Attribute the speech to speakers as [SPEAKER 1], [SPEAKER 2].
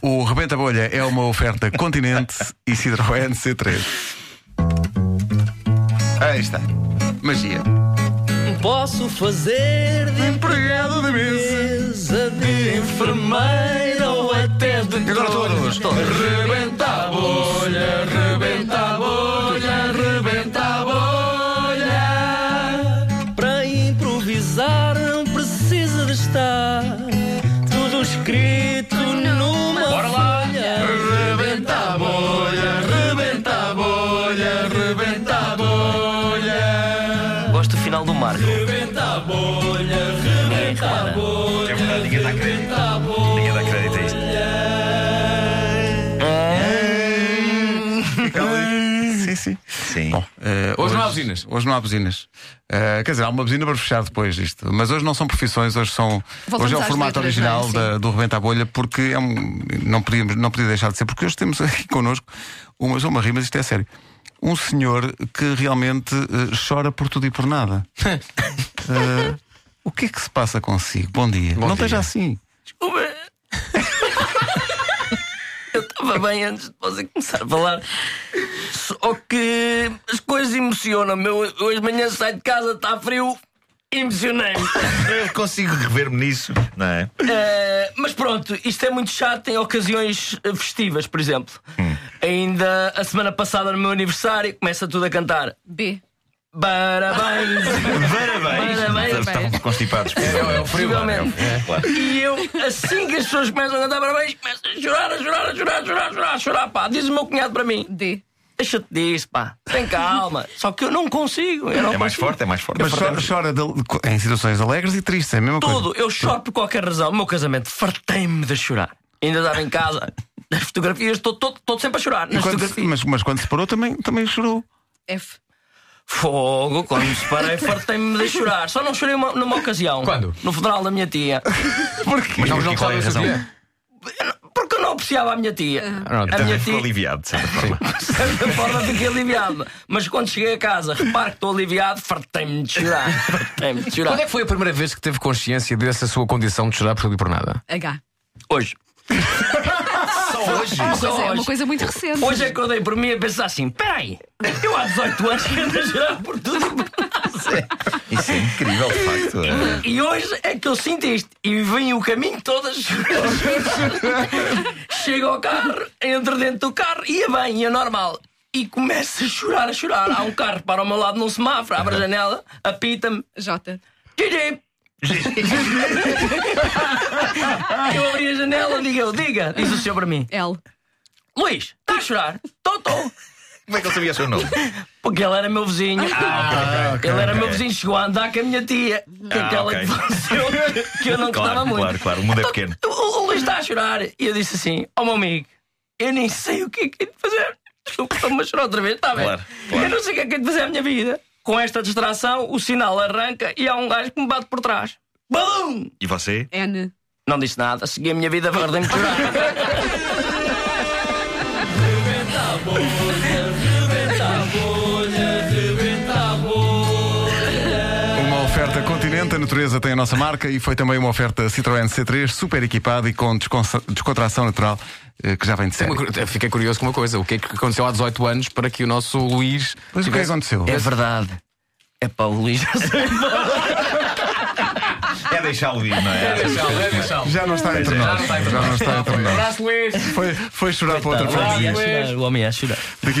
[SPEAKER 1] O Rebenta Bolha é uma oferta Continente e Citroën C3. Aí está. Magia.
[SPEAKER 2] Posso fazer de
[SPEAKER 1] Empregado de
[SPEAKER 2] mesa, de enfermeira ou até de
[SPEAKER 1] Agora
[SPEAKER 2] dono.
[SPEAKER 1] todos, todos.
[SPEAKER 2] Rebenta a bolha, rebenta a bolha, rebenta a bolha. Para improvisar não precisa de estar tudo escrito numa Bora lá. folha. Rebenta a bolha, rebenta a bolha, rebenta a bolha.
[SPEAKER 3] Gosto do final do Marco.
[SPEAKER 2] Rebenta a bolha, rebenta a bolha.
[SPEAKER 3] É verdade, ninguém dá crédito.
[SPEAKER 2] Rebenta a bolha.
[SPEAKER 3] Ninguém dá crédito a isto.
[SPEAKER 1] Sim, sim.
[SPEAKER 3] Sim.
[SPEAKER 1] Bom, eh,
[SPEAKER 4] Hoje não há buzinas.
[SPEAKER 1] Hoje não há buzinas. Eh, quer dizer, há uma buzina para fechar depois disto. Mas hoje não são profissões, hoje são.
[SPEAKER 5] Voltamos
[SPEAKER 1] hoje é o
[SPEAKER 5] às
[SPEAKER 1] formato
[SPEAKER 5] letras,
[SPEAKER 1] original
[SPEAKER 5] não é?
[SPEAKER 1] da- do Rebenta a Bolha, porque é um- não, podíamos, não podia deixar de ser, porque hoje temos aqui connosco uma, só uma rima, mas isto é sério. Um senhor que realmente eh, chora por tudo e por nada. Eh, o que é que se passa consigo? Bom dia. não
[SPEAKER 4] dia.
[SPEAKER 1] esteja assim.
[SPEAKER 3] Desculpa. Eu estava bem antes de você começar a falar. Só que as coisas emocionam-me. Eu eu hoje de manhã saio de casa, está frio, emocionei-me.
[SPEAKER 6] Eu consigo rever-me nisso, não é?
[SPEAKER 3] Eh, mas pronto, isto é muito chato em ocasiões eh, festivas, por exemplo.
[SPEAKER 1] Hum.
[SPEAKER 3] Ainda a semana passada, no meu aniversário, começa tudo a cantar.
[SPEAKER 5] B.
[SPEAKER 3] Parabéns!
[SPEAKER 6] Parabéns!
[SPEAKER 3] Parabéns.
[SPEAKER 6] Estavam constipados.
[SPEAKER 4] É o frio.
[SPEAKER 3] Possivelmente.
[SPEAKER 6] Claro.
[SPEAKER 3] E eu, assim que as pessoas começam a cantar parabéns, começam a chorar, a chorar, a chorar, a chorar, a chorar, a chorar, pá. Diz o meu cunhado para mim:
[SPEAKER 5] D.
[SPEAKER 3] deixa-te disso, pá, tem calma. Só que eu não consigo. Eu não
[SPEAKER 6] É mais
[SPEAKER 3] consigo.
[SPEAKER 6] forte, é mais forte.
[SPEAKER 1] Mas chora, chora de- em situações alegres e tristes, é a mesma coisa.
[SPEAKER 3] Tudo, eu choro por qualquer razão. O meu casamento, fartei-me de chorar. Ainda estava em casa, nas fotografias, estou todo, todo sempre a chorar.
[SPEAKER 1] E
[SPEAKER 3] Nas
[SPEAKER 1] quando se-
[SPEAKER 3] fotografias.
[SPEAKER 1] mas, mas quando se parou também, também chorou.
[SPEAKER 5] F.
[SPEAKER 3] Fogo, quando me separei, fartei-me de chorar. Só não chorei uma- numa ocasião.
[SPEAKER 4] Quando?
[SPEAKER 3] No funeral da minha tia.
[SPEAKER 4] Mas não,
[SPEAKER 6] Mas
[SPEAKER 4] não
[SPEAKER 6] qual é a
[SPEAKER 4] sabes o
[SPEAKER 6] razão?
[SPEAKER 4] que é.
[SPEAKER 3] Porque eu não apreciava a minha tia.
[SPEAKER 5] Ah.
[SPEAKER 4] Pronto.
[SPEAKER 3] a minha
[SPEAKER 6] Ficou
[SPEAKER 3] tia,
[SPEAKER 6] aliviado, de certa forma.
[SPEAKER 3] de certa forma, fiquei aliviado. Mas quando cheguei a casa, reparo que estou aliviado, fartei-me de chorar. Fartei-me de
[SPEAKER 4] Quando
[SPEAKER 3] chorar.
[SPEAKER 4] é que foi a primeira vez que teve consciência dessa sua condição de chorar por tudo e por nada?
[SPEAKER 5] H.
[SPEAKER 3] Hoje.
[SPEAKER 6] Só hoje.
[SPEAKER 3] Só
[SPEAKER 5] Pois é, é uma
[SPEAKER 3] hoje.
[SPEAKER 5] coisa muito recente.
[SPEAKER 3] Hoje é que eu dei por mim a pensar assim: peraí, eu há 18 anos que ando a chorar por tudo e por nada.
[SPEAKER 6] Isso é incrível, de facto. é.
[SPEAKER 3] E hoje é que eu sinto isto. E vim o caminho todas. Chego ao carro, entro dentro do carro, ia bem, ia normal. E começo a chorar, a chorar. Há um carro para ao meu lado num semáforo, abre a janela, apita-me.
[SPEAKER 5] J.
[SPEAKER 3] Gigi! eu abri a janela, digo eu, diga, diz o senhor para mim.
[SPEAKER 5] L.
[SPEAKER 3] Luís, está a chorar? Tô, tô.
[SPEAKER 6] Como é que ele sabia o seu nome?
[SPEAKER 3] Porque ele era meu vizinho. ele era meu vizinho, chegou a andar com a minha tia. Que
[SPEAKER 6] Ah,
[SPEAKER 3] aquela
[SPEAKER 6] ok.
[SPEAKER 3] que faleceu, que eu não gostava
[SPEAKER 6] Claro,
[SPEAKER 3] muito.
[SPEAKER 6] claro, claro. O mundo é pequeno.
[SPEAKER 3] O, o Luís está a chorar. E eu disse assim: Ó meu amigo, eu nem sei o que é que é de fazer. Desculpa, Estou-me a chorar outra vez, está bem?
[SPEAKER 6] Claro, claro.
[SPEAKER 3] Eu não sei o que é que é de fazer a minha vida. Com esta distração, o sinal arranca e há um gajo que me bate por trás. Badum!
[SPEAKER 6] E você?
[SPEAKER 5] N.
[SPEAKER 3] Não disse nada, segui a minha vida, guardei-me de chorar.
[SPEAKER 1] Uma oferta Continente, a natureza tem a nossa marca e foi também uma oferta Citroën C3, super equipada e com desconsa- descontração natural, eh, que já vem de
[SPEAKER 4] Uma
[SPEAKER 1] série.
[SPEAKER 4] cu- eh, Fiquei curioso com uma coisa. O que é que aconteceu há 18 anos para que o nosso Luís.
[SPEAKER 1] Mas o que é que aconteceu?
[SPEAKER 3] É verdade. É para o Luís.
[SPEAKER 6] É deixá-lo ir, não é?
[SPEAKER 1] Já não está
[SPEAKER 4] é,
[SPEAKER 1] entre nós. Já não está entre nós.
[SPEAKER 4] Luís!
[SPEAKER 1] Foi, foi chorar para outra
[SPEAKER 3] O homem
[SPEAKER 1] freguesia.
[SPEAKER 3] é a chorar, o homem é a chorar.
[SPEAKER 1] Daqui a